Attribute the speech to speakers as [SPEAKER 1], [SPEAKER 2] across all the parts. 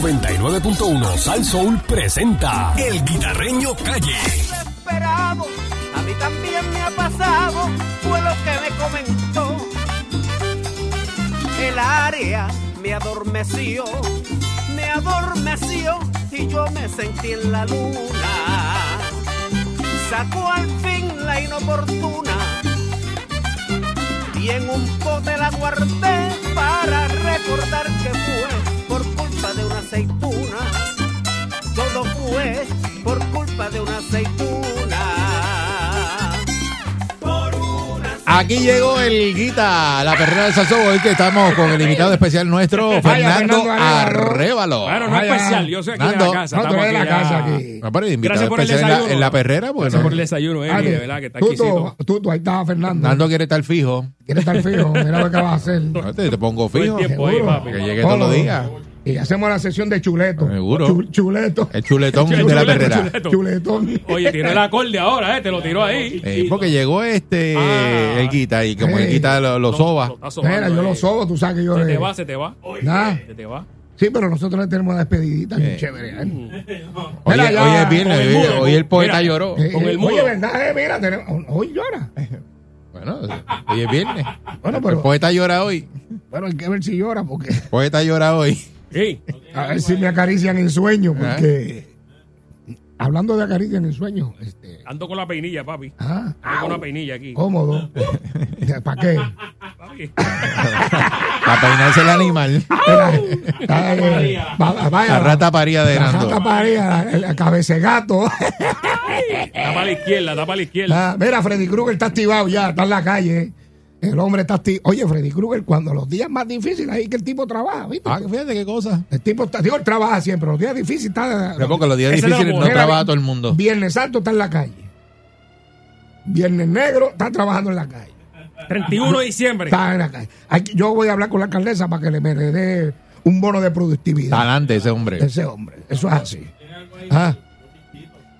[SPEAKER 1] 99.1 Sal Soul presenta El Guitarreño Calle.
[SPEAKER 2] Esperado, a mí también me ha pasado, fue lo que me comentó. El área me adormeció, me adormeció y yo me sentí en la luna. Sacó al fin la inoportuna y en un pote la guardé para recordar que fue por culpa de una aceituna. Todo fue por culpa de una aceituna. Por una
[SPEAKER 3] Aquí llegó el guita, la perrera de Salso hoy que estamos con el invitado especial nuestro,
[SPEAKER 4] Vaya,
[SPEAKER 3] Fernando
[SPEAKER 4] Fernando Arevalo.
[SPEAKER 3] Arrévalo.
[SPEAKER 4] Bueno, no
[SPEAKER 3] Ay,
[SPEAKER 4] es especial, yo soy aquí
[SPEAKER 3] Nando,
[SPEAKER 4] de la
[SPEAKER 3] no,
[SPEAKER 4] casa. estamos
[SPEAKER 3] tú eres
[SPEAKER 4] aquí
[SPEAKER 3] de la
[SPEAKER 4] ya.
[SPEAKER 3] casa
[SPEAKER 4] aquí.
[SPEAKER 3] no, pero invitado
[SPEAKER 4] Gracias por el
[SPEAKER 3] especial en la,
[SPEAKER 4] desayuno.
[SPEAKER 3] en la perrera, bueno.
[SPEAKER 4] Gracias por el desayuno, Emi, de verdad que está exquisito.
[SPEAKER 5] Tuto, Tuto, ahí está Fernando.
[SPEAKER 3] Nando quiere estar fijo.
[SPEAKER 5] Quiere estar fijo, mira lo que va a hacer.
[SPEAKER 3] No, te, te pongo
[SPEAKER 4] Todo el
[SPEAKER 3] fijo.
[SPEAKER 4] tiempo ahí,
[SPEAKER 5] seguro.
[SPEAKER 4] pues, papi.
[SPEAKER 3] Que llegue todos los días.
[SPEAKER 5] Y hacemos la sesión de chuleto.
[SPEAKER 3] Seguro.
[SPEAKER 5] Chu- chuleto.
[SPEAKER 3] El chuletón de la
[SPEAKER 4] Chuleto,
[SPEAKER 3] perrera. Eh,
[SPEAKER 4] chuleto.
[SPEAKER 5] Chuletón.
[SPEAKER 4] Oye, tiró el acorde ahora, eh, te lo tiró ahí.
[SPEAKER 3] Eh, porque llegó este,
[SPEAKER 4] Ah.
[SPEAKER 3] el guita, y como el
[SPEAKER 5] Sí.
[SPEAKER 3] guita lo, lo soba.
[SPEAKER 5] Mira, yo lo sobo, eh. tú sabes que yo.
[SPEAKER 4] Eh, Se
[SPEAKER 5] le-
[SPEAKER 4] te va, se te va.
[SPEAKER 5] Nah.
[SPEAKER 4] Se te va.
[SPEAKER 5] Sí, pero nosotros le tenemos una despedidita bien
[SPEAKER 3] Eh.
[SPEAKER 5] chévere.
[SPEAKER 4] Mm.
[SPEAKER 5] ¿eh?
[SPEAKER 3] Hoy,
[SPEAKER 5] Mira,
[SPEAKER 3] es-
[SPEAKER 5] ya,
[SPEAKER 3] hoy es viernes,
[SPEAKER 4] con
[SPEAKER 3] hoy,
[SPEAKER 4] el mudo,
[SPEAKER 3] hoy el poeta
[SPEAKER 4] mira.
[SPEAKER 3] lloró.
[SPEAKER 5] Eh,
[SPEAKER 4] Con el
[SPEAKER 5] eh,
[SPEAKER 4] mudo.
[SPEAKER 5] Oye, verdad, eh, mira, tenemos- hoy llora.
[SPEAKER 3] Bueno, hoy es viernes.
[SPEAKER 5] Bueno,
[SPEAKER 3] El
[SPEAKER 5] pero
[SPEAKER 3] poeta llora hoy.
[SPEAKER 5] bueno, hay que ver si llora, porque
[SPEAKER 3] Poeta llora hoy.
[SPEAKER 4] Sí.
[SPEAKER 5] a ver si me acarician en
[SPEAKER 3] ¿Eh?
[SPEAKER 5] sueño, porque hablando de acarician en sueño, este,
[SPEAKER 4] Ando con la peinilla, papi.
[SPEAKER 5] ah,
[SPEAKER 4] Ando con la peinilla aquí.
[SPEAKER 5] Oh. cómodo. ¿Para qué?
[SPEAKER 4] Papi.
[SPEAKER 3] Para peinarse el animal.
[SPEAKER 4] Ah,
[SPEAKER 5] Está, eh, va- vaya,
[SPEAKER 3] La rata paría de
[SPEAKER 5] la
[SPEAKER 3] Nando.
[SPEAKER 5] rata paría, el el cabecegato.
[SPEAKER 4] Tapa a la izquierda, tapa a la izquierda.
[SPEAKER 5] Ah, Mira, Freddy Krueger está activado ya, está en la calle. eh. El hombre está activado. Oye, Freddy Krueger, cuando los días más difíciles ahí que el tipo trabaja, ¿viste?
[SPEAKER 3] Ah, fíjate qué cosa.
[SPEAKER 5] El tipo está, digo, él trabaja siempre, los días difíciles está.
[SPEAKER 3] Pero porque los días
[SPEAKER 4] Ese
[SPEAKER 3] difíciles
[SPEAKER 4] era
[SPEAKER 3] no
[SPEAKER 4] bueno.
[SPEAKER 3] trabaja todo el mundo.
[SPEAKER 5] Viernes Santo está en la calle. Viernes Negro está trabajando en la calle.
[SPEAKER 4] 31 de diciembre.
[SPEAKER 5] Ah. Está en la calle. Aquí- yo voy a hablar con la alcaldesa para que le me le dé un bono de productividad.
[SPEAKER 3] Talante ese hombre.
[SPEAKER 5] ese hombre. Eso es así. Ah.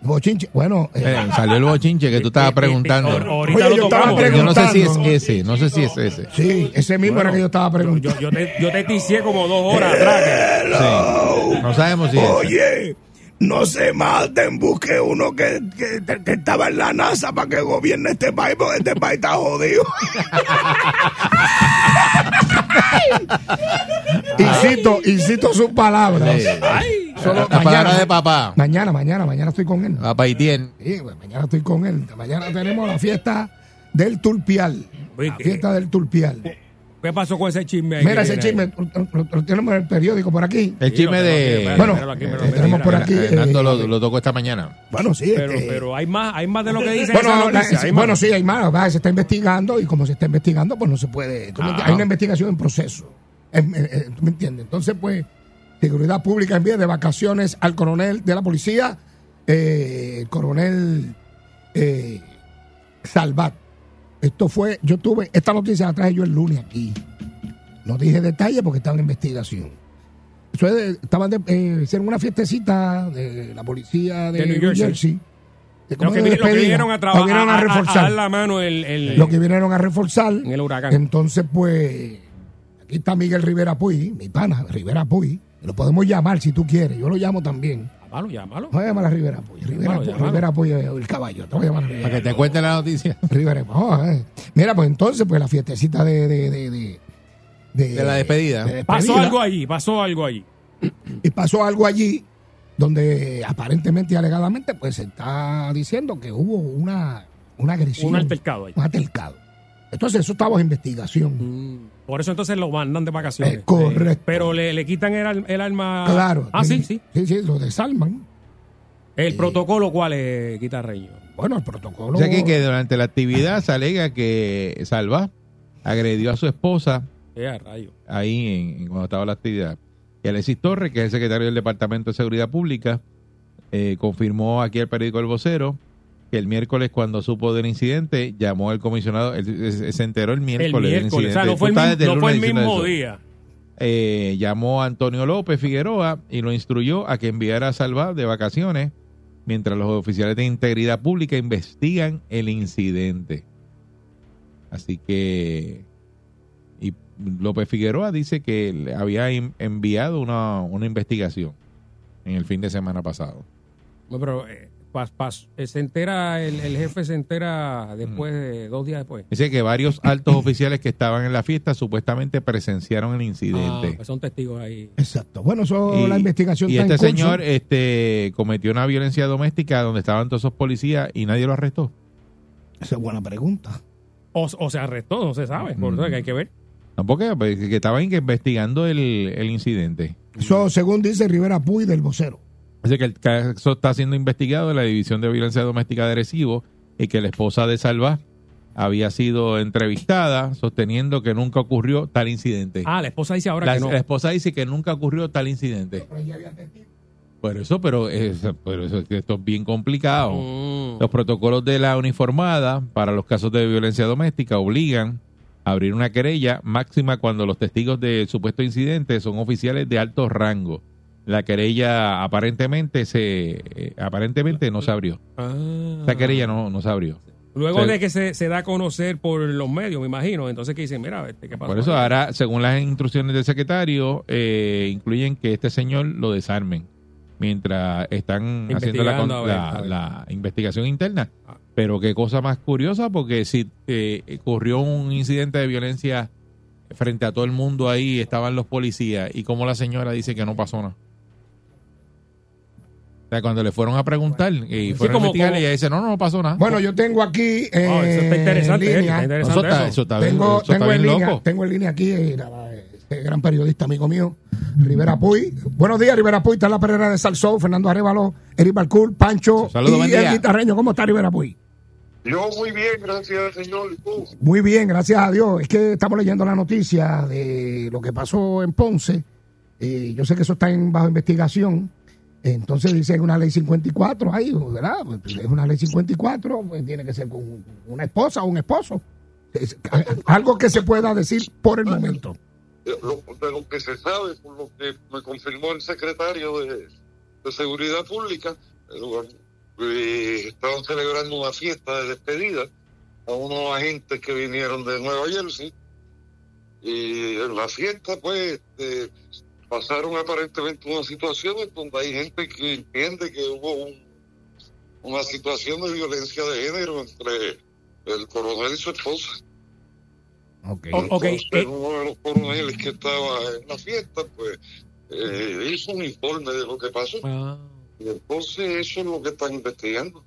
[SPEAKER 5] Bochinche. Bueno, eh,
[SPEAKER 3] Eh, salió el bochinche que tú
[SPEAKER 4] Eh,
[SPEAKER 3] estabas preguntando.
[SPEAKER 4] Ahorita
[SPEAKER 5] Oye,
[SPEAKER 4] lo
[SPEAKER 5] yo estaba
[SPEAKER 4] tocamos.
[SPEAKER 3] Yo no sé si es
[SPEAKER 5] preguntando.
[SPEAKER 3] ese, no sé si es ese.
[SPEAKER 5] sí, ese mismo era que yo estaba
[SPEAKER 4] Yo,
[SPEAKER 5] preguntando.
[SPEAKER 4] yo, yo te, yo te ticié como dos
[SPEAKER 5] Eh.
[SPEAKER 4] horas atrás.
[SPEAKER 3] Sí. No sabemos si es.
[SPEAKER 5] Oh,
[SPEAKER 3] ese.
[SPEAKER 6] Oye, no se maten, busque uno que, que- que estaba en la NASA para que gobierne este país, porque este país está jodido.
[SPEAKER 5] Y cito, y cito sus palabras.
[SPEAKER 3] Sí.
[SPEAKER 5] Solo
[SPEAKER 3] La
[SPEAKER 5] mañana,
[SPEAKER 3] palabra de papá.
[SPEAKER 5] mañana, mañana, mañana estoy con él.
[SPEAKER 4] Ah.
[SPEAKER 3] Papá y tien.
[SPEAKER 5] Sí, pues, mañana estoy con él. Mañana tenemos la fiesta del Tulpial. La
[SPEAKER 4] ¿Viste?
[SPEAKER 5] fiesta del Tulpial.
[SPEAKER 4] ¿Qué pasó con ese chisme? ahí
[SPEAKER 5] Mira
[SPEAKER 4] que
[SPEAKER 5] ese
[SPEAKER 4] tiene ahí?
[SPEAKER 5] chisme, lo, lo tenemos en el periódico por aquí.
[SPEAKER 3] El
[SPEAKER 4] Sí, lo
[SPEAKER 3] chisme
[SPEAKER 4] tengo aquí,
[SPEAKER 3] de.
[SPEAKER 4] espérate,
[SPEAKER 5] Bueno,
[SPEAKER 4] espérate aquí,
[SPEAKER 5] eh,
[SPEAKER 4] espérate,
[SPEAKER 5] tenemos
[SPEAKER 4] mira.
[SPEAKER 5] por aquí.
[SPEAKER 3] Eh, Nando lo,
[SPEAKER 5] eh,
[SPEAKER 3] lo tocó esta mañana.
[SPEAKER 6] Bueno, sí,
[SPEAKER 4] Pero,
[SPEAKER 6] este,
[SPEAKER 4] pero hay más, hay más de lo que dice
[SPEAKER 5] Bueno,
[SPEAKER 4] esa
[SPEAKER 5] la-
[SPEAKER 4] noticia,
[SPEAKER 5] es-
[SPEAKER 4] hay más.
[SPEAKER 5] bueno, sí, hay más. va, Se está investigando y como se está investigando, pues no se puede. ¿tú me entiendes? Hay una investigación en proceso. Em, eh, eh, ¿Tú me entiendes? Entonces, pues, Seguridad Pública envía de vacaciones al coronel de la policía, eh, el coronel eh, Salvat. Esto fue, yo tuve, esta noticia la traje yo el lunes aquí. No dije detalles porque estaba en investigación. Eso es de- estaban de- eh, hicieron una fiestecita de la policía de,
[SPEAKER 4] De
[SPEAKER 5] New
[SPEAKER 4] New
[SPEAKER 5] Jersey.
[SPEAKER 4] Jersey.
[SPEAKER 5] De-
[SPEAKER 4] Lo
[SPEAKER 5] ¿cómo
[SPEAKER 4] que,
[SPEAKER 5] es
[SPEAKER 4] vi- lo que
[SPEAKER 5] despedida?
[SPEAKER 4] vinieron a
[SPEAKER 5] Lo
[SPEAKER 4] trabajar,
[SPEAKER 5] vinieron
[SPEAKER 4] a,
[SPEAKER 5] a
[SPEAKER 4] a- a
[SPEAKER 5] reforzar.
[SPEAKER 4] dar la mano el, el-
[SPEAKER 5] Lo que vinieron a reforzar.
[SPEAKER 4] en el huracán.
[SPEAKER 5] Entonces, pues, aquí está Miguel Rivera Puy, mi pana, Rivera Puy. Lo podemos llamar si tú quieres. Yo lo llamo también.
[SPEAKER 4] Llámalo, llámalo.
[SPEAKER 5] Voy a llamar a Rivera Puy. Rivera,
[SPEAKER 4] Llámalo,
[SPEAKER 5] Puy,
[SPEAKER 4] llámalo.
[SPEAKER 5] Rivera Puy, eh, el caballo. Te voy a llamar a Rivera.
[SPEAKER 3] Para que te cuente la noticia.
[SPEAKER 5] Rivera, oh, eh. Mira, pues entonces, pues la fiestecita de. de, de, de-
[SPEAKER 3] De
[SPEAKER 5] Eh,
[SPEAKER 3] la despedida.
[SPEAKER 5] de despedida.
[SPEAKER 4] Pasó algo allí, pasó algo allí.
[SPEAKER 5] Y pasó algo allí donde aparentemente y alegadamente, pues se está diciendo que hubo una, una agresión.
[SPEAKER 4] Un altercado ahí.
[SPEAKER 5] Un altercado. Entonces, eso estaba en
[SPEAKER 4] Mm.
[SPEAKER 5] investigación.
[SPEAKER 4] Por eso entonces lo mandan de vacaciones.
[SPEAKER 5] Mm. Es correcto.
[SPEAKER 4] Pero le, le quitan el, al- el arma.
[SPEAKER 5] Claro.
[SPEAKER 4] Ah, sí,
[SPEAKER 5] tiene-
[SPEAKER 4] sí.
[SPEAKER 5] Sí, sí, lo desalman.
[SPEAKER 4] El protocolo, ¿cuál es, Guitarreño?
[SPEAKER 5] Bueno, el protocolo.
[SPEAKER 3] O sea que, que durante la actividad se alega que Salva agredió a su esposa
[SPEAKER 4] Eh, a rayo.
[SPEAKER 3] ahí en, en cuando estaba la actividad. Y Alexis Torres, que es el secretario del Departamento de Seguridad Pública, eh, confirmó aquí al periódico El Vocero que el miércoles cuando supo del incidente llamó al comisionado, él, eh, se- se enteró el
[SPEAKER 4] El
[SPEAKER 3] miércoles, del
[SPEAKER 4] miércoles. O
[SPEAKER 3] incidente.
[SPEAKER 4] sea, no
[SPEAKER 3] Tú
[SPEAKER 4] fue el,
[SPEAKER 3] estás
[SPEAKER 4] mi-
[SPEAKER 3] desde
[SPEAKER 4] no fue el
[SPEAKER 3] lunes diciendo
[SPEAKER 4] mismo
[SPEAKER 3] eso.
[SPEAKER 4] día.
[SPEAKER 3] Eh, llamó a Antonio López Figueroa y lo instruyó a que enviara a Salva de vacaciones mientras los oficiales de integridad pública investigan el incidente. Así que y López Figueroa dice que le había en- enviado una, una investigación en el fin de semana pasado.
[SPEAKER 4] Bueno, pero eh, pas- pas- eh, se entera, el, el jefe se entera
[SPEAKER 3] Mm.
[SPEAKER 4] después, de, dos días después.
[SPEAKER 3] Dice que varios altos oficiales que estaban en la fiesta supuestamente presenciaron el
[SPEAKER 4] Ah,
[SPEAKER 3] incidente.
[SPEAKER 4] pues son testigos ahí.
[SPEAKER 5] Exacto. Bueno, eso la investigación
[SPEAKER 3] y
[SPEAKER 5] está en
[SPEAKER 3] este
[SPEAKER 5] curso.
[SPEAKER 3] señor este cometió una violencia doméstica donde estaban todos esos policías y nadie lo arrestó.
[SPEAKER 5] Esa es buena pregunta.
[SPEAKER 4] O, o se arrestó, no se sabe. Por eso es que hay que ver.
[SPEAKER 3] No, porque pues, que estaban que investigando el, el incidente.
[SPEAKER 5] Eso según dice Rivera Puy del vocero.
[SPEAKER 3] Dice que el caso está siendo investigado en la División de Violencia Doméstica de Arecibo y que la esposa de Salva había sido entrevistada sosteniendo que nunca ocurrió tal incidente.
[SPEAKER 4] Ah, la esposa dice ahora
[SPEAKER 3] Mm. la,
[SPEAKER 4] que no.
[SPEAKER 3] la esposa dice que nunca ocurrió tal incidente. Por eso, pero, es- pero eso- esto es bien complicado.
[SPEAKER 4] Mm.
[SPEAKER 3] Los protocolos de la uniformada para los casos de violencia doméstica obligan a abrir una querella máxima cuando los testigos del supuesto incidente son oficiales de alto rango. La querella aparentemente se eh, aparentemente no se abrió.
[SPEAKER 4] Ah.
[SPEAKER 3] Esta querella no, no se abrió.
[SPEAKER 4] Luego
[SPEAKER 3] se-
[SPEAKER 4] de que se, se da a conocer por los medios, me imagino. Entonces, ¿qué dicen? Mira, este, ¿qué pasa?
[SPEAKER 3] Por eso ahora, según las instrucciones del secretario, eh, incluyen que este señor lo desarmen mientras están haciendo la, con-
[SPEAKER 4] Investigando, a ver,
[SPEAKER 3] la-
[SPEAKER 4] a ver.
[SPEAKER 3] la investigación interna.
[SPEAKER 4] Ah.
[SPEAKER 3] Pero qué cosa más curiosa, porque si eh, ocurrió un incidente de violencia frente a todo el mundo ahí, estaban los policías, y como la señora dice que no pasó nada. O sea, cuando le fueron a preguntar y fueron
[SPEAKER 4] como-
[SPEAKER 3] a investigar,
[SPEAKER 4] como-
[SPEAKER 3] ella dice, no, no pasó nada.
[SPEAKER 5] Bueno, yo tengo aquí. eh,
[SPEAKER 4] Ah, eso está interesante,
[SPEAKER 5] en
[SPEAKER 4] eh,
[SPEAKER 5] línea.
[SPEAKER 4] está interesante
[SPEAKER 3] eso está,
[SPEAKER 4] eso.
[SPEAKER 3] eso está bien,
[SPEAKER 5] Tengo,
[SPEAKER 3] eso está
[SPEAKER 5] tengo, en
[SPEAKER 3] bien
[SPEAKER 5] línea,
[SPEAKER 3] loco.
[SPEAKER 5] tengo en línea aquí eh, la- este gran periodista amigo mío, Rivera Puy. Buenos días, Rivera Puy. Está en la perrera de Salsón, Fernando Arevalo, Eric Balcour, Pancho
[SPEAKER 3] Saludos, buen
[SPEAKER 5] y el
[SPEAKER 3] día.
[SPEAKER 5] guitarreño. ¿Cómo está Rivera Puy?
[SPEAKER 7] Yo muy bien, gracias al Señor. ¿Y tú?
[SPEAKER 5] Muy bien, gracias a Dios. Es que estamos leyendo la noticia de lo que pasó en Ponce. Eh, yo sé que eso está en bajo investigación. Entonces dice una ley 54 ahí, ¿verdad? Pues, Es una ley 54, pues tiene que ser con una esposa o un esposo. Es a- algo que se pueda decir por el momento.
[SPEAKER 7] Eh, lo- de lo que se sabe, por lo que me confirmó el secretario de, de Seguridad Pública, eh, eh, estaban celebrando una fiesta de despedida a unos agentes que vinieron de Nueva Jersey. Y en la fiesta, pues, eh, pasaron aparentemente unas situaciones donde hay gente que entiende que hubo un- una situación de violencia de género entre el coronel y su esposa.
[SPEAKER 4] O- ok,
[SPEAKER 7] Entonces,
[SPEAKER 4] eh,
[SPEAKER 7] uno de los coroneles que estaba en la fiesta, pues eh, hizo un informe de lo que pasó.
[SPEAKER 4] Ah.
[SPEAKER 7] Y entonces eso es lo que están investigando.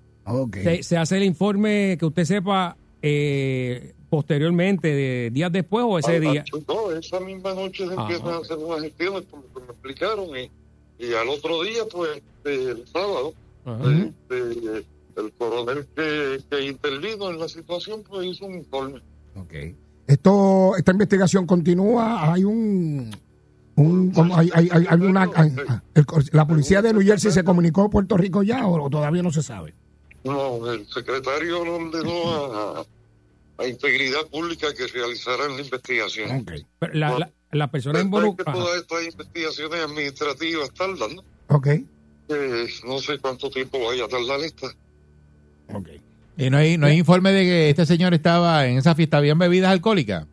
[SPEAKER 4] se, se hace el informe que usted sepa eh, posteriormente, de- días después o ese
[SPEAKER 7] Ah,
[SPEAKER 4] día.
[SPEAKER 7] No, esa misma noche se
[SPEAKER 4] Ajá.
[SPEAKER 7] empiezan a hacer unas gestiones, por lo que me explicaron, y, y al otro día, pues eh, el sábado,
[SPEAKER 4] Ajá.
[SPEAKER 7] este, el coronel que, que intervino en la situación, pues hizo un informe.
[SPEAKER 5] Esto, esta investigación continúa. Hay un, un como hay, hay- hay- hay una- hay- el- la policía de New Jersey se comunicó a Puerto Rico ya o todavía no se sabe.
[SPEAKER 7] No, el secretario le ordenó a, a Integridad Pública que realizaran la investigación.
[SPEAKER 4] Pero la, la, la persona
[SPEAKER 7] Después que
[SPEAKER 4] involucrada.
[SPEAKER 7] todas estas investigaciones administrativas tardan, ¿no?
[SPEAKER 5] Ok.
[SPEAKER 7] Eh, no sé cuánto tiempo vaya a tardar esta.
[SPEAKER 3] Y no hay, no hay informe de que este señor estaba en esa fiesta, habían bebidas alcohólicas.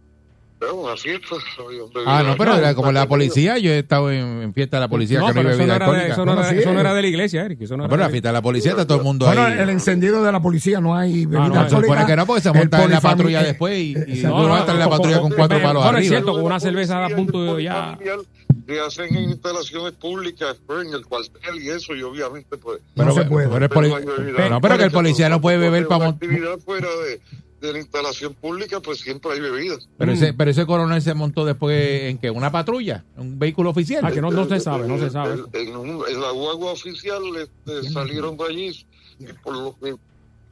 [SPEAKER 7] Pero una fiesta. había un
[SPEAKER 3] Ah, no,
[SPEAKER 7] bebido
[SPEAKER 3] pero
[SPEAKER 7] allá,
[SPEAKER 3] era como la
[SPEAKER 7] está
[SPEAKER 3] policía, yo he estado en, en fiesta de la policía
[SPEAKER 4] No,
[SPEAKER 3] que no hay
[SPEAKER 4] pero eso no
[SPEAKER 3] bebida
[SPEAKER 4] era de-
[SPEAKER 3] alcohólica.
[SPEAKER 4] eso no
[SPEAKER 5] No,
[SPEAKER 4] era-
[SPEAKER 5] sí,
[SPEAKER 4] eso no
[SPEAKER 5] eh.
[SPEAKER 4] era de la iglesia, Eric. Eso no
[SPEAKER 3] No,
[SPEAKER 4] era
[SPEAKER 3] pero la
[SPEAKER 4] de-
[SPEAKER 3] fiesta de la policía está todo el mundo
[SPEAKER 5] Bueno,
[SPEAKER 3] ahí.
[SPEAKER 5] el encendido de la policía no hay bebida
[SPEAKER 4] no,
[SPEAKER 3] Se supone
[SPEAKER 5] alcohólica.
[SPEAKER 3] que no, porque se
[SPEAKER 5] El
[SPEAKER 3] montan en la
[SPEAKER 5] polifami-
[SPEAKER 3] patrulla después y,
[SPEAKER 5] Eh,
[SPEAKER 3] y
[SPEAKER 5] exacto.
[SPEAKER 3] no,
[SPEAKER 4] No,
[SPEAKER 3] montan en
[SPEAKER 4] no,
[SPEAKER 3] la patrulla
[SPEAKER 4] como-
[SPEAKER 3] con cuatro
[SPEAKER 4] como-
[SPEAKER 3] palos
[SPEAKER 4] bueno, es
[SPEAKER 3] arriba.
[SPEAKER 4] cierto. con una
[SPEAKER 7] La
[SPEAKER 4] cerveza
[SPEAKER 7] policía
[SPEAKER 4] a punto de
[SPEAKER 7] y el
[SPEAKER 4] ya-
[SPEAKER 7] polifamiliar Que hacen en instalaciones públicas, pues, en el cuartel y eso, y obviamente, pues.
[SPEAKER 5] No
[SPEAKER 3] Pero-
[SPEAKER 5] se puede.
[SPEAKER 3] pero el
[SPEAKER 7] no
[SPEAKER 3] poli-
[SPEAKER 7] hay bebida
[SPEAKER 3] pero no, pero que el
[SPEAKER 7] alcohólica,
[SPEAKER 3] policía no puede beber
[SPEAKER 7] porque
[SPEAKER 3] para
[SPEAKER 7] una
[SPEAKER 3] mon-
[SPEAKER 7] actividad fuera de, de la instalación pública, pues siempre hay bebidas.
[SPEAKER 3] Pero ese, pero ese coronel se montó después en que una patrulla, un vehículo oficial.
[SPEAKER 4] Ah, que no, no se sabe, no se sabe.
[SPEAKER 7] pues, El- En, un- en la guagua oficial este, salieron de allí, y por lo que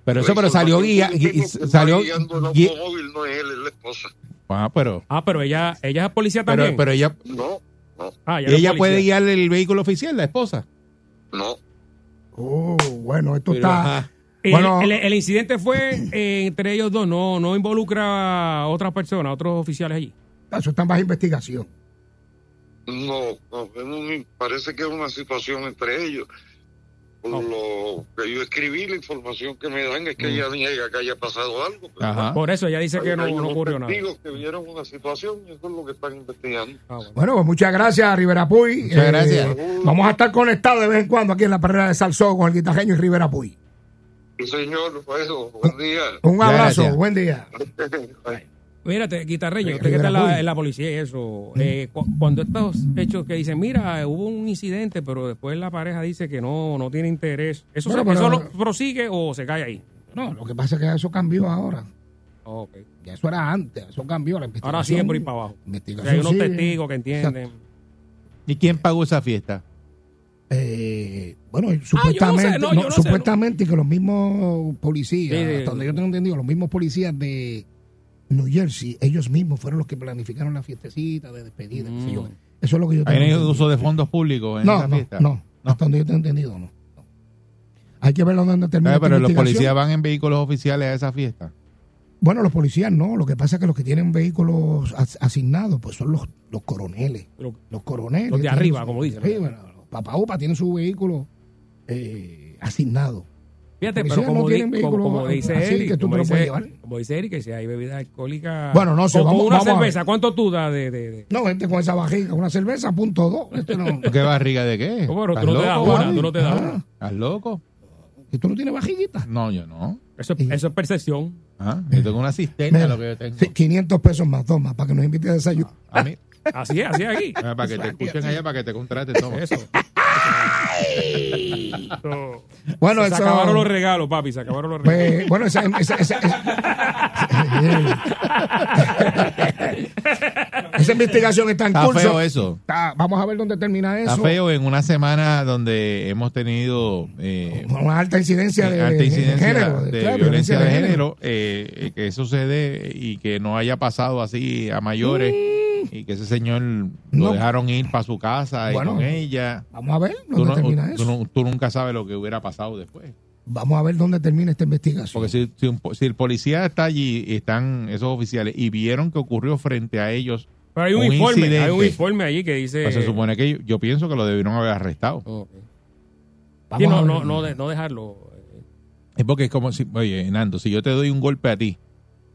[SPEAKER 3] Pero eso, pero salió guía,
[SPEAKER 7] El tipo
[SPEAKER 3] gui-
[SPEAKER 7] Pues que está
[SPEAKER 3] salió
[SPEAKER 7] guiando el
[SPEAKER 3] gui-
[SPEAKER 7] automóvil no es él, es la esposa.
[SPEAKER 3] Ah, pero,
[SPEAKER 4] Ah, pero ella, ella es policía
[SPEAKER 3] pero,
[SPEAKER 4] también.
[SPEAKER 3] pero ella,
[SPEAKER 7] No, no,
[SPEAKER 4] Ah, ella es
[SPEAKER 3] ella puede
[SPEAKER 4] policía.
[SPEAKER 3] guiar el vehículo oficial, la esposa.
[SPEAKER 7] no.
[SPEAKER 5] Oh, bueno, esto
[SPEAKER 3] Pero,
[SPEAKER 4] Ah.
[SPEAKER 5] está.
[SPEAKER 3] ajá.
[SPEAKER 4] El,
[SPEAKER 5] Bueno.
[SPEAKER 4] el- el incidente fue eh, entre ellos dos, no, no involucra a otras personas, a otros oficiales allí.
[SPEAKER 5] Eso está en baja investigación.
[SPEAKER 7] No, no, es un- parece que es una situación entre ellos. Por lo que yo escribí, la información que me dan es que ella niega que haya pasado algo. pero
[SPEAKER 3] Mm. Ajá.
[SPEAKER 4] Por eso ella dice que no,
[SPEAKER 7] hay
[SPEAKER 4] Ah. no
[SPEAKER 7] unos
[SPEAKER 4] ocurrió nada.
[SPEAKER 7] testigos que vieron una situación y eso es lo que están investigando.
[SPEAKER 4] Ah, bueno.
[SPEAKER 5] Bueno, pues muchas gracias, Rivera Puy. Eh,
[SPEAKER 3] Muchas gracias.
[SPEAKER 5] Vamos a estar conectados de vez en cuando aquí en la perrera de Salsó con el guitarreño y Rivera Puy.
[SPEAKER 7] Sí, señor, bueno, buen día.
[SPEAKER 5] Un
[SPEAKER 3] Muchas
[SPEAKER 5] abrazo,
[SPEAKER 3] gracias.
[SPEAKER 5] buen día.
[SPEAKER 4] Mírate, guitarreño,
[SPEAKER 5] Mira,
[SPEAKER 4] usted que está en
[SPEAKER 5] Rivera
[SPEAKER 4] la,
[SPEAKER 5] Puy.
[SPEAKER 4] en la policía y eso, eh, cu- cuando estos hechos que dicen, mira, eh, hubo un incidente, pero después la pareja dice que no, no tiene interés, ¿eso,
[SPEAKER 5] Bueno,
[SPEAKER 4] se-
[SPEAKER 5] pero-
[SPEAKER 4] eso lo prosigue o se cae ahí?
[SPEAKER 5] No, lo que pasa es que eso cambió ahora.
[SPEAKER 4] Ok.
[SPEAKER 5] Ya eso era antes, eso cambió la investigación.
[SPEAKER 4] Ahora sigue por ahí para abajo. O sea,
[SPEAKER 5] Investigación
[SPEAKER 4] hay unos
[SPEAKER 5] sigue.
[SPEAKER 4] testigos que entienden.
[SPEAKER 3] ¿Y quién pagó esa fiesta?
[SPEAKER 5] Eh, bueno, supuestamente,
[SPEAKER 4] Ah, no, yo
[SPEAKER 5] no,
[SPEAKER 4] no sé,
[SPEAKER 5] supuestamente que los mismos policías,
[SPEAKER 4] Sí, sí,
[SPEAKER 5] hasta donde yo tengo entendido, los mismos policías de New Jersey, ellos mismos fueron los que planificaron la fiestecita de despedida. qué sé
[SPEAKER 3] Mm.
[SPEAKER 5] yo. Eso es lo que yo tengo.
[SPEAKER 3] ¿Hay
[SPEAKER 5] entendido.
[SPEAKER 3] uso de fondos públicos en
[SPEAKER 5] no,
[SPEAKER 3] esa
[SPEAKER 5] no,
[SPEAKER 3] fiesta?
[SPEAKER 5] no, hasta donde yo tengo entendido, no. no. Hay que ver dónde termina.
[SPEAKER 3] Ah,
[SPEAKER 5] esta
[SPEAKER 3] Pero los
[SPEAKER 5] investigación.
[SPEAKER 3] policías van en vehículos oficiales a esa fiesta.
[SPEAKER 5] Bueno, los policías no, lo que pasa es que los que tienen vehículos as- asignados, pues son los, los coroneles.
[SPEAKER 4] Pero-
[SPEAKER 5] Los coroneles.
[SPEAKER 4] Los de
[SPEAKER 5] tienen
[SPEAKER 4] arriba,
[SPEAKER 5] su-
[SPEAKER 4] como dicen, ¿no?
[SPEAKER 5] Sí, bueno, los papaupa tienen su vehículo eh, asignado.
[SPEAKER 4] Fíjate,
[SPEAKER 5] Los
[SPEAKER 4] pero
[SPEAKER 5] policías no
[SPEAKER 4] como, di-
[SPEAKER 5] tienen
[SPEAKER 4] como- como
[SPEAKER 5] vehículo
[SPEAKER 4] dice
[SPEAKER 5] así
[SPEAKER 4] Eric,
[SPEAKER 5] que tú
[SPEAKER 4] como
[SPEAKER 5] te lo
[SPEAKER 4] dice,
[SPEAKER 5] puedes llevar.
[SPEAKER 4] como dice Eric, que si hay bebida alcohólica.
[SPEAKER 5] Bueno, no sé,
[SPEAKER 4] como
[SPEAKER 5] vamos-
[SPEAKER 4] una
[SPEAKER 5] vamos a ver.
[SPEAKER 4] cerveza, ¿cuánto tú das de...? de, de-
[SPEAKER 5] No, gente con esa barriga, una cerveza, punto dos. Esto no-
[SPEAKER 3] ¿Qué barriga de
[SPEAKER 5] Eh,
[SPEAKER 3] qué?
[SPEAKER 4] Oh, pero tú
[SPEAKER 3] ¿Estás
[SPEAKER 4] no te das
[SPEAKER 3] loco,
[SPEAKER 4] una,
[SPEAKER 3] Gaby?
[SPEAKER 4] tú no te das
[SPEAKER 5] Ah.
[SPEAKER 4] una.
[SPEAKER 3] ¿Estás loco?
[SPEAKER 5] ¿Y tú no tienes vajiguita?
[SPEAKER 3] No, yo no.
[SPEAKER 4] Eso,
[SPEAKER 5] Y-
[SPEAKER 4] eso es percepción.
[SPEAKER 3] Ah, Yo tengo una cisterna
[SPEAKER 5] Mira,
[SPEAKER 3] lo que yo tengo.
[SPEAKER 5] sí, 500 pesos más, toma, para que nos invite a desayuno.
[SPEAKER 3] A mí,
[SPEAKER 4] Así es, así es aquí.
[SPEAKER 3] ah, para que te escuchen allá, para que te contraten. toma.
[SPEAKER 4] Eso. Eso.
[SPEAKER 5] Bueno,
[SPEAKER 4] Ah, se
[SPEAKER 5] eso-
[SPEAKER 4] acabaron los regalos, papi, se acabaron los regalos.
[SPEAKER 5] Pues, bueno, esa, esa- esa- esa- Esa investigación está en
[SPEAKER 3] Está
[SPEAKER 5] curso.
[SPEAKER 3] feo eso.
[SPEAKER 5] Está- vamos a ver dónde termina eso.
[SPEAKER 3] Está feo en una semana donde hemos tenido eh,
[SPEAKER 5] Una alta incidencia de,
[SPEAKER 3] alta incidencia
[SPEAKER 5] de género,
[SPEAKER 3] de,
[SPEAKER 5] claro,
[SPEAKER 3] violencia de género, eh, eh, que eso se dé y que no haya pasado así a mayores y que ese señor
[SPEAKER 5] No.
[SPEAKER 3] lo dejaron ir para su casa
[SPEAKER 5] Bueno,
[SPEAKER 3] y con ella.
[SPEAKER 5] Vamos a ver
[SPEAKER 3] Tú,
[SPEAKER 5] dónde
[SPEAKER 3] no-
[SPEAKER 5] termina
[SPEAKER 3] tú
[SPEAKER 5] eso.
[SPEAKER 3] no- tú nunca sabes lo que hubiera pasado después.
[SPEAKER 5] Vamos a ver dónde termina esta investigación.
[SPEAKER 3] Porque si, si un po- si el policía está allí y están esos oficiales y vieron que ocurrió frente a ellos,
[SPEAKER 4] Pero hay un,
[SPEAKER 3] un
[SPEAKER 4] informe, hay un
[SPEAKER 3] incidente.
[SPEAKER 4] informe allí que dice.
[SPEAKER 3] pues se supone que yo, yo pienso que lo debieron haber arrestado.
[SPEAKER 4] Ok. Sí,
[SPEAKER 5] Vamos a
[SPEAKER 4] no,
[SPEAKER 5] ver.
[SPEAKER 4] no, no, de- no dejarlo.
[SPEAKER 3] Es porque es como si, oye, Nando, si yo te doy un golpe a ti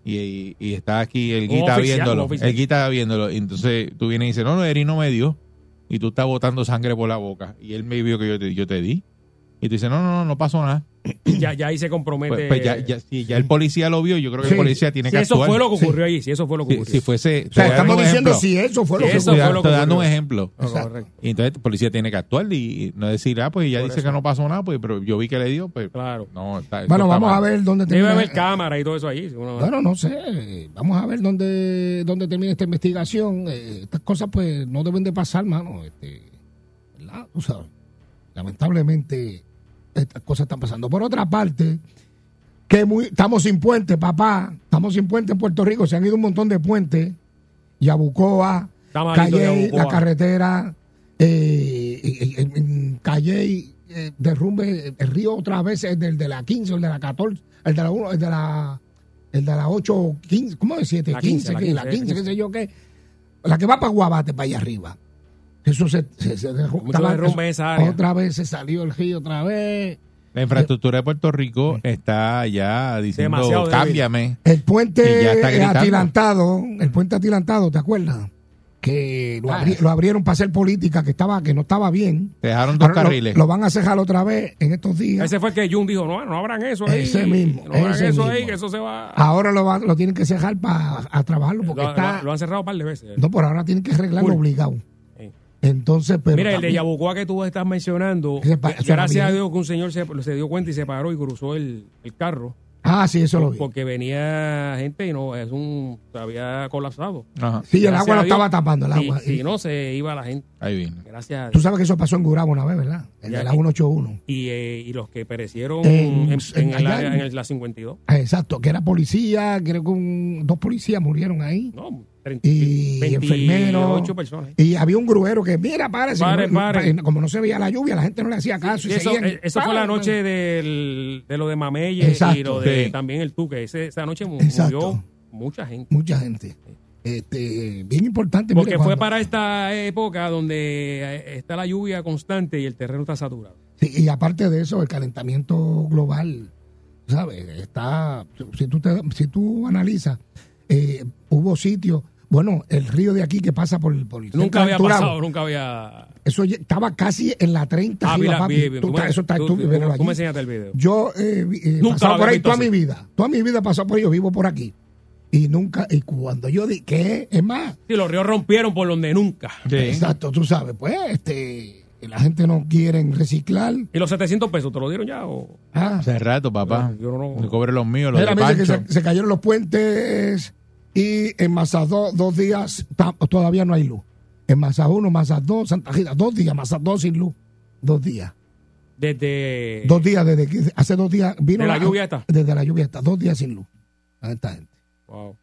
[SPEAKER 3] y, y- y está aquí el
[SPEAKER 4] Un
[SPEAKER 3] guita
[SPEAKER 4] oficial, un
[SPEAKER 3] viéndolo,
[SPEAKER 4] oficial.
[SPEAKER 3] el guita viéndolo, y entonces tú vienes y dices, no, no, Eri no me dio, y tú estás botando sangre por la boca, y él me vio que yo te, yo te di, y tú dices, no, no, no, no pasó nada.
[SPEAKER 4] Ya, ya ahí se compromete.
[SPEAKER 3] Pues, pues ya, ya- si ya el policía lo vio, yo creo que
[SPEAKER 5] Sí.
[SPEAKER 3] el policía tiene
[SPEAKER 4] si
[SPEAKER 3] que
[SPEAKER 4] eh, eso
[SPEAKER 3] actuar.
[SPEAKER 4] fue lo que ocurrió allí, si eso fue lo que
[SPEAKER 3] si,
[SPEAKER 4] ocurrió.
[SPEAKER 3] si fuese,
[SPEAKER 5] O
[SPEAKER 3] te
[SPEAKER 5] sea,
[SPEAKER 3] dan
[SPEAKER 5] estamos
[SPEAKER 3] un
[SPEAKER 5] diciendo
[SPEAKER 3] ejemplo.
[SPEAKER 5] si eso fue lo que
[SPEAKER 4] Eso
[SPEAKER 3] Te da-
[SPEAKER 5] ocurrió.
[SPEAKER 4] fue lo
[SPEAKER 3] te
[SPEAKER 4] que
[SPEAKER 3] dando un
[SPEAKER 4] ocurrió.
[SPEAKER 3] ejemplo.
[SPEAKER 4] Ah,
[SPEAKER 5] Exacto.
[SPEAKER 4] correcto.
[SPEAKER 3] Y entonces el policía tiene que actuar y, y no decir, ah, pues ya dice que no pasó nada, pues, pero yo vi que le dio, pues.
[SPEAKER 4] Claro.
[SPEAKER 3] No, está- eso
[SPEAKER 5] Bueno,
[SPEAKER 3] está
[SPEAKER 5] vamos a
[SPEAKER 3] mal.
[SPEAKER 5] ver dónde
[SPEAKER 4] Debe
[SPEAKER 5] termina.
[SPEAKER 4] haber cámara y todo eso allí. si uno-
[SPEAKER 5] Bueno, no sé. Vamos a ver dónde, dónde termina esta investigación. Eh, estas cosas, pues, no deben de pasar, mano. Este, ¿Verdad? Tú sabes. Lamentablemente, estas cosas están pasando. Por otra parte, que muy, estamos sin puente, papá. Estamos sin puente en Puerto Rico. Se han ido un montón de puentes. Yabucoa,
[SPEAKER 4] Está malito
[SPEAKER 5] Calle,
[SPEAKER 4] Yabucoa.
[SPEAKER 5] la carretera, eh, en- en- en Calle, eh, derrumbe el río otra vez, el del de la 15, el de la 14, el de la 1, el de la, el de la 8, 15, ¿cómo es? 7,
[SPEAKER 4] La
[SPEAKER 5] 15,
[SPEAKER 4] 15, la
[SPEAKER 5] que- la
[SPEAKER 4] 15,
[SPEAKER 5] 15, qué sé yo qué. La que va para Guabate, para allá arriba. Eso se, se, se derru-
[SPEAKER 4] Mucho
[SPEAKER 5] estaba-
[SPEAKER 4] derrumbe en esa área.
[SPEAKER 5] Otra vez se salió el río, otra vez.
[SPEAKER 3] La infraestructura de Puerto Rico está ya diciendo,
[SPEAKER 4] Demasiado débil.
[SPEAKER 3] cámbiame.
[SPEAKER 5] El
[SPEAKER 3] Y ya
[SPEAKER 5] puente
[SPEAKER 3] está gritando.
[SPEAKER 5] atilantado, el puente atilantado, ¿te acuerdas? Que
[SPEAKER 4] Ah.
[SPEAKER 5] lo, abri- lo abrieron para hacer política, que estaba que no estaba bien.
[SPEAKER 3] Te dejaron dos
[SPEAKER 5] Ahora lo-
[SPEAKER 3] carriles.
[SPEAKER 5] Lo, van a cejar otra vez en estos días.
[SPEAKER 4] Ese fue el que Jun dijo: no, no abran eso ahí.
[SPEAKER 5] Ese mismo,
[SPEAKER 4] No abran
[SPEAKER 5] ese
[SPEAKER 4] eso
[SPEAKER 5] mismo.
[SPEAKER 4] ahí, que eso se va.
[SPEAKER 5] Ahora lo, van- lo tienen que cejar para a trabajarlo porque
[SPEAKER 4] lo,
[SPEAKER 5] está.
[SPEAKER 4] lo- lo han cerrado un par de veces.
[SPEAKER 5] no, por ahora tienen que arreglarlo
[SPEAKER 4] Full.
[SPEAKER 5] obligado.
[SPEAKER 4] Sí.
[SPEAKER 5] Entonces, pero.
[SPEAKER 4] Mira, el de
[SPEAKER 5] también-
[SPEAKER 4] Yabucoa que tú estás mencionando,
[SPEAKER 5] Ese pa- eso era
[SPEAKER 4] gracias a
[SPEAKER 5] bien.
[SPEAKER 4] Dios que un señor se, se dio cuenta y se paró y cruzó el, el carro,
[SPEAKER 5] Ah, sí, eso lo vi.
[SPEAKER 4] porque venía gente y no, es un, se había colapsado.
[SPEAKER 3] Ajá,
[SPEAKER 5] Sí, el
[SPEAKER 4] Gracias
[SPEAKER 5] agua
[SPEAKER 4] a
[SPEAKER 5] lo
[SPEAKER 4] Dios.
[SPEAKER 5] estaba tapando, el
[SPEAKER 4] Si-
[SPEAKER 5] agua.
[SPEAKER 4] Si, no, se iba la gente,
[SPEAKER 3] ahí vino.
[SPEAKER 4] gracias a
[SPEAKER 5] Tú
[SPEAKER 4] Dios.
[SPEAKER 5] sabes que eso pasó en Gurabo una vez, ¿verdad? El
[SPEAKER 4] Ya,
[SPEAKER 5] de la
[SPEAKER 4] y-
[SPEAKER 5] 181.
[SPEAKER 4] Y, eh, y los que perecieron
[SPEAKER 5] En-
[SPEAKER 4] en, en el
[SPEAKER 5] allá
[SPEAKER 4] área-
[SPEAKER 5] en-
[SPEAKER 4] en el- la 52.
[SPEAKER 5] Ah, Exacto, que era policía, creo que un- dos policías murieron ahí.
[SPEAKER 4] No, 30,
[SPEAKER 5] Y enfermeros.
[SPEAKER 4] 28 personas.
[SPEAKER 5] Y había un gruero que, mira, párese.
[SPEAKER 4] Pare,
[SPEAKER 5] no- no-
[SPEAKER 4] pare.
[SPEAKER 5] Como no se veía la lluvia, la gente no le hacía caso. y
[SPEAKER 4] Y eso
[SPEAKER 5] seguían,
[SPEAKER 4] eh, eso fue
[SPEAKER 5] pare,
[SPEAKER 4] la
[SPEAKER 5] pare.
[SPEAKER 4] noche del- de lo de Mameye y
[SPEAKER 5] Exacto.
[SPEAKER 4] lo de
[SPEAKER 3] Sí.
[SPEAKER 4] también el Tuque. Ese- esa noche mu-
[SPEAKER 5] Exacto.
[SPEAKER 4] murió mucha gente.
[SPEAKER 5] Mucha gente. este, bien importante. mire,
[SPEAKER 4] Porque fue
[SPEAKER 5] cuando-
[SPEAKER 4] para esta época donde eh, está la lluvia constante y el terreno está saturado.
[SPEAKER 5] Sí, y aparte de eso, el calentamiento global, ¿sabes? Está, si tú, te- si tú analizas, eh, hubo sitios, bueno, el río de aquí que pasa por... por
[SPEAKER 4] Nunca había
[SPEAKER 5] Turabo,
[SPEAKER 4] pasado, nunca había...
[SPEAKER 5] Eso ya estaba casi en la 30.
[SPEAKER 4] Ah,
[SPEAKER 5] arriba,
[SPEAKER 4] mira,
[SPEAKER 5] papi.
[SPEAKER 4] vi- vi-
[SPEAKER 5] Tú
[SPEAKER 4] tú
[SPEAKER 5] estás-
[SPEAKER 4] me-
[SPEAKER 5] eso está
[SPEAKER 4] tú-
[SPEAKER 5] tú,
[SPEAKER 4] tú-
[SPEAKER 5] pero
[SPEAKER 4] tú
[SPEAKER 5] allí-
[SPEAKER 4] me enseñaste el video.
[SPEAKER 5] Yo eh, vi- eh,
[SPEAKER 4] Nunca
[SPEAKER 5] pasaba
[SPEAKER 4] lo
[SPEAKER 5] por
[SPEAKER 4] había
[SPEAKER 5] ahí
[SPEAKER 4] visto
[SPEAKER 5] toda mi
[SPEAKER 4] así.
[SPEAKER 5] vida. Toda mi vida pasaba por ahí, yo vivo por aquí. Y nunca, y cuando yo dije, ¿qué? Es más,
[SPEAKER 4] Sí, los ríos rompieron por donde nunca.
[SPEAKER 5] exacto, tú sabes, pues, este, la gente no quiere reciclar.
[SPEAKER 4] ¿Y los 700 pesos te lo dieron ya? O...
[SPEAKER 5] Ah,
[SPEAKER 3] Hace rato, papá.
[SPEAKER 4] Yo no-
[SPEAKER 3] Me cobre los míos, los
[SPEAKER 5] Mira,
[SPEAKER 3] de
[SPEAKER 5] me dice que
[SPEAKER 3] Pancho.
[SPEAKER 5] se, se cayeron los puentes y en Mazas dos, dos días ta- todavía no hay luz. En Mazas 1, Mazas 2, Santa Gita, dos días, Mazas 2 sin luz. Dos días.
[SPEAKER 4] Desde...
[SPEAKER 5] Dos días desde que hace dos días vino
[SPEAKER 4] de la lluvia esta.
[SPEAKER 5] Desde la lluvia está, dos días sin luz. A esta gente.
[SPEAKER 4] Wow.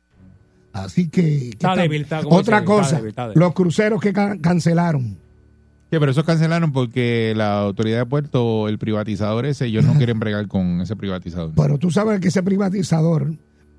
[SPEAKER 5] Así que. que
[SPEAKER 4] Está débil, está, como
[SPEAKER 5] Otra
[SPEAKER 4] dicen, está
[SPEAKER 5] cosa,
[SPEAKER 4] débil, está débil.
[SPEAKER 5] los cruceros que can- cancelaron.
[SPEAKER 3] Sí, pero esos cancelaron porque la autoridad de puerto, el privatizador ese, ellos no quieren bregar con ese privatizador.
[SPEAKER 5] Pero tú sabes que ese privatizador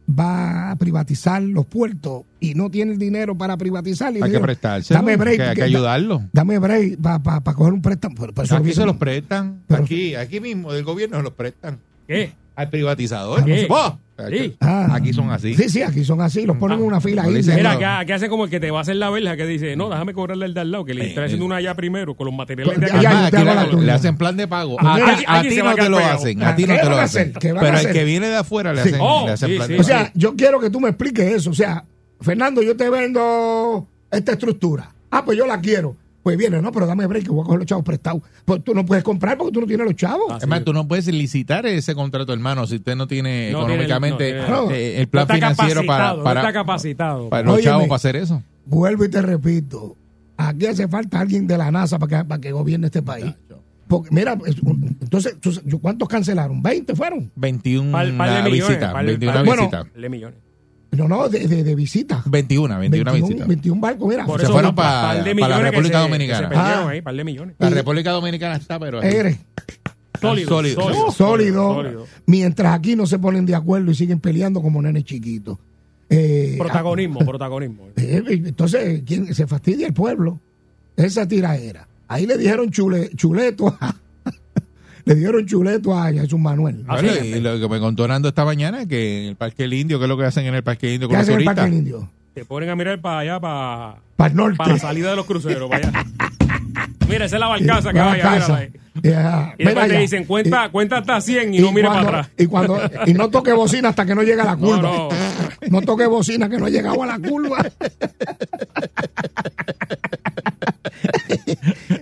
[SPEAKER 5] va a privatizar los puertos y no tiene el dinero para privatizar.
[SPEAKER 3] Hay que prestarse.
[SPEAKER 5] Dame break.
[SPEAKER 3] Hay que
[SPEAKER 5] da-
[SPEAKER 3] ayudarlo.
[SPEAKER 5] Dame break para coger un préstamo. Pero, pero eso
[SPEAKER 3] Aquí
[SPEAKER 5] lo
[SPEAKER 3] se
[SPEAKER 5] hizo-
[SPEAKER 3] los prestan.
[SPEAKER 5] Pero-
[SPEAKER 3] Aquí, aquí mismo, del gobierno se los prestan.
[SPEAKER 4] ¿Qué?
[SPEAKER 3] Al privatizador.
[SPEAKER 4] ¿Qué?
[SPEAKER 3] ¡Oh!
[SPEAKER 4] Sí.
[SPEAKER 5] Ah.
[SPEAKER 3] Aquí son así.
[SPEAKER 5] Sí, sí, aquí son así, los ponen en una fila
[SPEAKER 3] No
[SPEAKER 5] ahí.
[SPEAKER 3] le dicen
[SPEAKER 4] Mira,
[SPEAKER 3] no.
[SPEAKER 4] acá, acá hace como el que te va a hacer la verja que dice, no, déjame cobrarle el de al lado, que le
[SPEAKER 3] Eh,
[SPEAKER 4] está haciendo una allá primero con los materiales de
[SPEAKER 5] Ya,
[SPEAKER 4] acá.
[SPEAKER 5] Pues, ya,
[SPEAKER 3] Además,
[SPEAKER 5] yo te
[SPEAKER 3] aquí
[SPEAKER 5] hago
[SPEAKER 3] le-
[SPEAKER 5] la tuya.
[SPEAKER 3] le hacen plan de pago.
[SPEAKER 4] Ah,
[SPEAKER 3] A ti-
[SPEAKER 4] alguien-
[SPEAKER 3] a
[SPEAKER 4] alguien
[SPEAKER 3] ti
[SPEAKER 4] se va
[SPEAKER 3] no
[SPEAKER 4] a
[SPEAKER 3] te
[SPEAKER 4] quedar
[SPEAKER 3] lo
[SPEAKER 4] pegado.
[SPEAKER 3] hacen. A ti
[SPEAKER 5] Ah,
[SPEAKER 3] no
[SPEAKER 5] ¿qué
[SPEAKER 3] te
[SPEAKER 5] van
[SPEAKER 3] lo
[SPEAKER 5] a
[SPEAKER 3] hacen.
[SPEAKER 5] hacer? ¿Qué van a
[SPEAKER 3] Pero al
[SPEAKER 5] hacer?
[SPEAKER 3] que viene de afuera le
[SPEAKER 5] Sí.
[SPEAKER 3] hacen
[SPEAKER 4] Oh,
[SPEAKER 3] le hacen
[SPEAKER 4] sí,
[SPEAKER 3] plan de
[SPEAKER 4] sí.
[SPEAKER 5] O
[SPEAKER 3] pago.
[SPEAKER 5] sea, yo quiero que tú me expliques eso. O sea, Fernando, yo te vendo esta estructura. Ah, pues yo la quiero. Pues viene, no, pero dame break, que voy a coger los chavos prestados. Pues tú no puedes comprar porque tú no tienes los chavos.
[SPEAKER 4] Así
[SPEAKER 3] Es más,
[SPEAKER 4] es.
[SPEAKER 3] tú no puedes licitar ese contrato, hermano, si usted no tiene
[SPEAKER 4] No
[SPEAKER 3] económicamente
[SPEAKER 4] tiene-
[SPEAKER 5] no tiene-
[SPEAKER 3] eh, el plan
[SPEAKER 4] No está
[SPEAKER 3] financiero para,
[SPEAKER 4] capacitado,
[SPEAKER 3] para,
[SPEAKER 4] no está capacitado.
[SPEAKER 3] para los
[SPEAKER 5] Óyeme.
[SPEAKER 3] chavos para hacer eso.
[SPEAKER 5] Vuelvo y te repito. Aquí hace falta alguien de la NASA para que, para que gobierne este país. Porque, mira, es un- entonces, tú sa- ¿cuántos cancelaron? ¿20 fueron?
[SPEAKER 3] 21
[SPEAKER 4] Mm, Par- par de millones,
[SPEAKER 3] visitas.
[SPEAKER 4] par de-
[SPEAKER 3] 21
[SPEAKER 4] par- bueno,
[SPEAKER 3] visitas.
[SPEAKER 4] Le millones.
[SPEAKER 5] No, no, de, de, de visita.
[SPEAKER 3] 21, 21 visitas.
[SPEAKER 5] 21 barcos, mira.
[SPEAKER 4] Por
[SPEAKER 3] Se
[SPEAKER 4] eso
[SPEAKER 3] fueron
[SPEAKER 4] par-
[SPEAKER 3] pa- pa
[SPEAKER 4] par de
[SPEAKER 3] la
[SPEAKER 4] millones que
[SPEAKER 3] República
[SPEAKER 4] se-
[SPEAKER 3] Dominicana.
[SPEAKER 4] que se perdieron
[SPEAKER 5] Ah.
[SPEAKER 4] ahí, par de millones.
[SPEAKER 3] La República Dominicana está, pero. ahí.
[SPEAKER 5] Eres.
[SPEAKER 4] Sólido,
[SPEAKER 3] Ah, sólido.
[SPEAKER 4] sólido,
[SPEAKER 5] sólido,
[SPEAKER 4] sólido.
[SPEAKER 5] mientras aquí no se ponen de acuerdo y siguen peleando como nenes chiquitos. Eh,
[SPEAKER 4] Protagonismo, protagonismo.
[SPEAKER 5] eh, entonces, ¿quién se fastidia el pueblo? Esa tiraera. Ahí le dijeron chule- chuleto a- le dieron chuleto a Jesús Manuel.
[SPEAKER 4] Ah,
[SPEAKER 3] Bueno,
[SPEAKER 4] sí,
[SPEAKER 3] y
[SPEAKER 4] gente.
[SPEAKER 3] lo que me contó Nando esta mañana, que en el Parque del Indio, que es lo que hacen en el Parque del Indio
[SPEAKER 5] ¿Qué
[SPEAKER 3] con los
[SPEAKER 5] hace en el Parque
[SPEAKER 3] turistas?
[SPEAKER 5] del Indio?
[SPEAKER 4] Te ponen a mirar para allá, para,
[SPEAKER 5] Para el norte.
[SPEAKER 4] para la salida de los cruceros. para allá. Mira, esa es la
[SPEAKER 5] Eh,
[SPEAKER 4] barcaza que
[SPEAKER 5] para
[SPEAKER 4] vaya.
[SPEAKER 5] casa. Eh,
[SPEAKER 4] mírala ahí.
[SPEAKER 5] Ya,
[SPEAKER 4] Y
[SPEAKER 5] mira
[SPEAKER 4] después te
[SPEAKER 5] ya.
[SPEAKER 4] dicen, cuenta, cuenta hasta 100 y,
[SPEAKER 5] Y
[SPEAKER 4] no mires
[SPEAKER 5] cuando-
[SPEAKER 4] para atrás.
[SPEAKER 5] Y, cuando, y no toque bocina hasta que no llegue a la curva.
[SPEAKER 4] no.
[SPEAKER 5] No, toque bocina que no he llegado a la curva.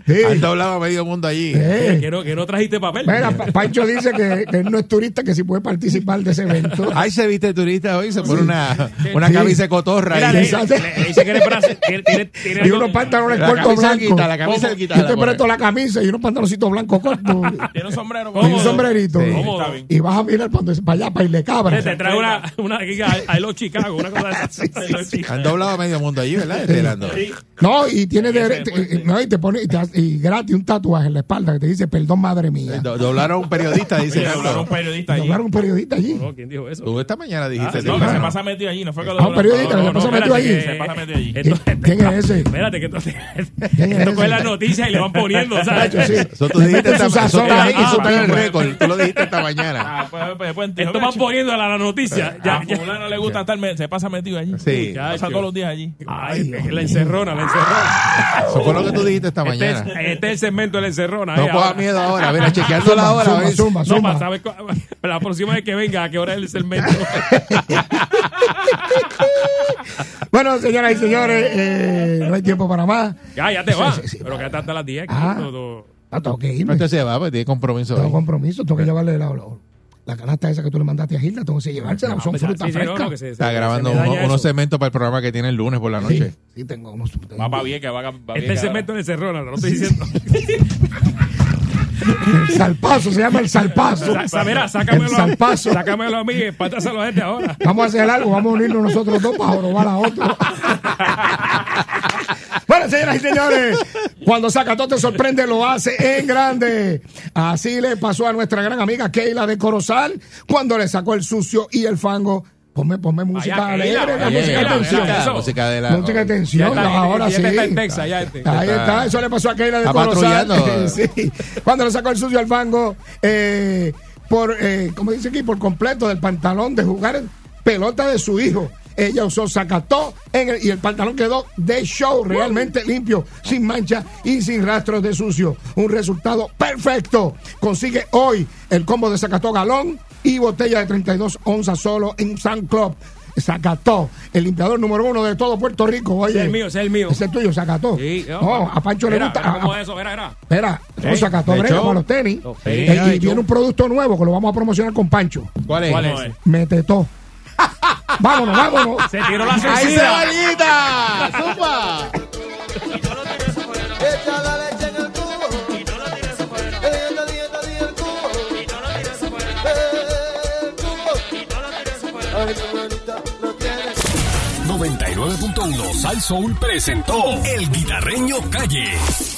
[SPEAKER 5] Sí,
[SPEAKER 3] Han doblado a medio mundo allí.
[SPEAKER 5] eh.
[SPEAKER 4] Que no, que no trajiste papel.
[SPEAKER 5] Mira, Pa- Pancho dice que, que él no es turista, que si puede participar de ese evento.
[SPEAKER 4] Ah,
[SPEAKER 3] Ahí se viste turista hoy, se pone una, una
[SPEAKER 5] Sí.
[SPEAKER 3] camisa de cotorra.
[SPEAKER 4] Mira,
[SPEAKER 3] ahí.
[SPEAKER 4] le,
[SPEAKER 5] Exacto.
[SPEAKER 4] le- le dice que eres brazo. tiene- tiene- tiene
[SPEAKER 5] Y
[SPEAKER 4] algo-
[SPEAKER 5] unos pantalones
[SPEAKER 3] La
[SPEAKER 5] cortos
[SPEAKER 3] camisa
[SPEAKER 5] blancos.
[SPEAKER 3] quita, la camisa quita.
[SPEAKER 5] Yo te
[SPEAKER 3] la
[SPEAKER 5] presto
[SPEAKER 3] pone.
[SPEAKER 5] la camisa y unos pantaloncitos blancos cortos.
[SPEAKER 8] Tiene un sombrero.
[SPEAKER 5] y un
[SPEAKER 4] Cómodo.
[SPEAKER 5] sombrerito.
[SPEAKER 3] Sí.
[SPEAKER 4] Cómodo.
[SPEAKER 5] Y vas a mirar cuando es para allá, para irle cabra.
[SPEAKER 4] Te- Te trae una, una guía a- a los Chicago, una cosa de esas. A los Chicago.
[SPEAKER 3] Han doblado a medio mundo allí, ¿verdad? Este, Nando?
[SPEAKER 5] No, y tiene derecho. y- No, y te pone y te hace- y gratis un tatuaje en la espalda que te dice, perdón, madre mía.
[SPEAKER 3] Do- doblaron a un periodista, dice.
[SPEAKER 8] Le
[SPEAKER 3] Nando.
[SPEAKER 8] hablaron a un periodista allí.
[SPEAKER 5] Doblaron un periodista allí.
[SPEAKER 4] No, Oh, ¿Quién dijo eso? Ah,
[SPEAKER 3] Tú esta mañana dijiste.
[SPEAKER 8] No,
[SPEAKER 3] te-
[SPEAKER 8] que se pasa metido allí. No fue que lo
[SPEAKER 5] Ah, un periodista,
[SPEAKER 8] no,
[SPEAKER 5] que se
[SPEAKER 8] no,
[SPEAKER 5] pasa
[SPEAKER 8] no,
[SPEAKER 5] metido
[SPEAKER 8] espérate,
[SPEAKER 5] allí.
[SPEAKER 8] que Se pasa metido allí.
[SPEAKER 5] ¿Qui- ¿Quién es ese?
[SPEAKER 4] Espérate, que esto,
[SPEAKER 5] ¿Quién es
[SPEAKER 4] esto
[SPEAKER 5] ese?
[SPEAKER 4] coge las noticias y le van poniendo, ¿sabes?
[SPEAKER 5] Nacho, sí.
[SPEAKER 3] Eso tú
[SPEAKER 5] Le
[SPEAKER 3] dijiste
[SPEAKER 5] mete
[SPEAKER 3] esta
[SPEAKER 5] su
[SPEAKER 3] mañana. Eso
[SPEAKER 5] sazón
[SPEAKER 3] está-
[SPEAKER 5] ahí,
[SPEAKER 3] eso
[SPEAKER 5] su
[SPEAKER 3] está en el
[SPEAKER 5] pecho.
[SPEAKER 3] récord. Tú lo dijiste esta mañana.
[SPEAKER 8] Ah, pues, pues, pues, tío,
[SPEAKER 4] Esto van
[SPEAKER 8] gacho.
[SPEAKER 4] poniendo a la noticia. Ya,
[SPEAKER 8] A
[SPEAKER 4] ya.
[SPEAKER 8] fulano pues, le gusta estar, me- se pasa metido allí.
[SPEAKER 3] Sí.
[SPEAKER 8] Pasa todos los días allí.
[SPEAKER 4] Ay, la encerrona, la encerrona.
[SPEAKER 5] Ah,
[SPEAKER 3] Eso fue lo que tú dijiste esta
[SPEAKER 4] Este es,
[SPEAKER 3] mañana.
[SPEAKER 4] este es el segmento de la encerrona.
[SPEAKER 3] No
[SPEAKER 4] eh,
[SPEAKER 3] coja
[SPEAKER 4] ahora.
[SPEAKER 3] miedo ahora. Mira, chequeando la hora. a
[SPEAKER 5] Zumba,
[SPEAKER 3] ver.
[SPEAKER 5] zumba,
[SPEAKER 4] No,
[SPEAKER 5] zumba.
[SPEAKER 4] para saber cu- la próxima vez que venga, a qué hora es el segmento.
[SPEAKER 5] Bueno, señoras y señores, eh, no hay tiempo para más.
[SPEAKER 4] ya, ya te
[SPEAKER 5] Sí,
[SPEAKER 4] vas.
[SPEAKER 5] sí, sí,
[SPEAKER 4] Pero
[SPEAKER 5] va.
[SPEAKER 4] que hasta las 10.
[SPEAKER 5] Ah.
[SPEAKER 4] quinto, do-
[SPEAKER 5] Ah, tengo que irme.
[SPEAKER 3] Este se va, pues tiene compromiso.
[SPEAKER 5] Tengo
[SPEAKER 3] hoy.
[SPEAKER 5] compromiso, tengo que llevarle la, la, la canasta esa que tú le mandaste a Gilda, tengo que llevársela,
[SPEAKER 4] Ah,
[SPEAKER 5] son
[SPEAKER 4] pues, ya,
[SPEAKER 5] frutas
[SPEAKER 4] sí, sí, no,
[SPEAKER 5] frescas.
[SPEAKER 4] no, que se- se-
[SPEAKER 3] Está
[SPEAKER 4] se
[SPEAKER 3] grabando
[SPEAKER 4] me daña
[SPEAKER 3] uno-
[SPEAKER 4] eso.
[SPEAKER 3] unos segmentos para el programa que tiene el lunes por la noche.
[SPEAKER 5] sí, sí, tengo unos...
[SPEAKER 8] Va para bien, que va, va bien.
[SPEAKER 4] Este es el segmento de encerrona, no lo estoy diciendo.
[SPEAKER 5] El salpazo, se llama el salpazo.
[SPEAKER 4] Sa- sa- mira, sácamelo,
[SPEAKER 5] El
[SPEAKER 4] a-
[SPEAKER 5] zampazo.
[SPEAKER 4] sácamelo a mí y espántaselo a gente ahora.
[SPEAKER 5] Vamos a hacer algo, vamos a unirnos nosotros dos para jorobar a otro. bueno, señoras y señores, cuando Zacató te sorprende, lo hace en grande. Así le pasó a nuestra gran amiga Keila de Corozal cuando le sacó el sucio y el fango Ponme, ponme música
[SPEAKER 4] Vaya, que
[SPEAKER 5] alegre,
[SPEAKER 4] la-
[SPEAKER 5] la
[SPEAKER 4] Oye,
[SPEAKER 5] música de
[SPEAKER 4] la-
[SPEAKER 5] tensión.
[SPEAKER 4] la-
[SPEAKER 3] Eh, la música de la.
[SPEAKER 5] Música de tensión,
[SPEAKER 4] Ya está,
[SPEAKER 5] ahora
[SPEAKER 4] ya
[SPEAKER 5] sí.
[SPEAKER 4] está en Texas, ya está.
[SPEAKER 5] Ahí está, eso le pasó a Keila de
[SPEAKER 3] Está patrullando.
[SPEAKER 5] Corozal. Sí, cuando le sacó el sucio al fango, eh, por, eh, como dice aquí, por completo del pantalón de jugar pelota de su hijo. Ella usó sacató en el- y el pantalón quedó de show, realmente limpio, sin mancha y sin rastros de sucio. Un resultado perfecto. Consigue hoy el combo de sacató galón y botella de 32 onzas solo en San Club. Sacató, el limpiador número uno de todo Puerto Rico. Oye,
[SPEAKER 4] Ese es el mío, ese es el mío.
[SPEAKER 5] Ese es tuyo, sacató.
[SPEAKER 4] Sí,
[SPEAKER 5] no,
[SPEAKER 4] pa-
[SPEAKER 5] Oh, a Pancho le
[SPEAKER 4] mira,
[SPEAKER 5] gusta.
[SPEAKER 4] mira
[SPEAKER 5] a-
[SPEAKER 4] ¿Cómo
[SPEAKER 5] a-
[SPEAKER 4] es eso? Era, era.
[SPEAKER 5] Espera,
[SPEAKER 4] Ey,
[SPEAKER 5] un sacató
[SPEAKER 3] de
[SPEAKER 5] brega
[SPEAKER 3] hecho.
[SPEAKER 5] para los tenis.
[SPEAKER 4] Sí,
[SPEAKER 5] Eh,
[SPEAKER 4] mira,
[SPEAKER 5] y
[SPEAKER 4] de
[SPEAKER 5] viene
[SPEAKER 4] hecho.
[SPEAKER 5] un producto nuevo que lo vamos a promocionar con Pancho.
[SPEAKER 3] ¿Cuál es?
[SPEAKER 8] ¿Cuál es?
[SPEAKER 5] Metetó. vámonos, vámonos.
[SPEAKER 4] Se tiró la
[SPEAKER 3] ¡Ahí se
[SPEAKER 4] suicida.
[SPEAKER 3] valita! ¡Zumba!
[SPEAKER 9] Echa la leche en el cubo. Y no la tires afuera. Ella dieta di el cubo. Y no la tires afuera. El cubo. Y no la tires afuera. Ay, tu manita no tienes.
[SPEAKER 1] 99.1 Sal Soul presentó El Guitarreño Calle.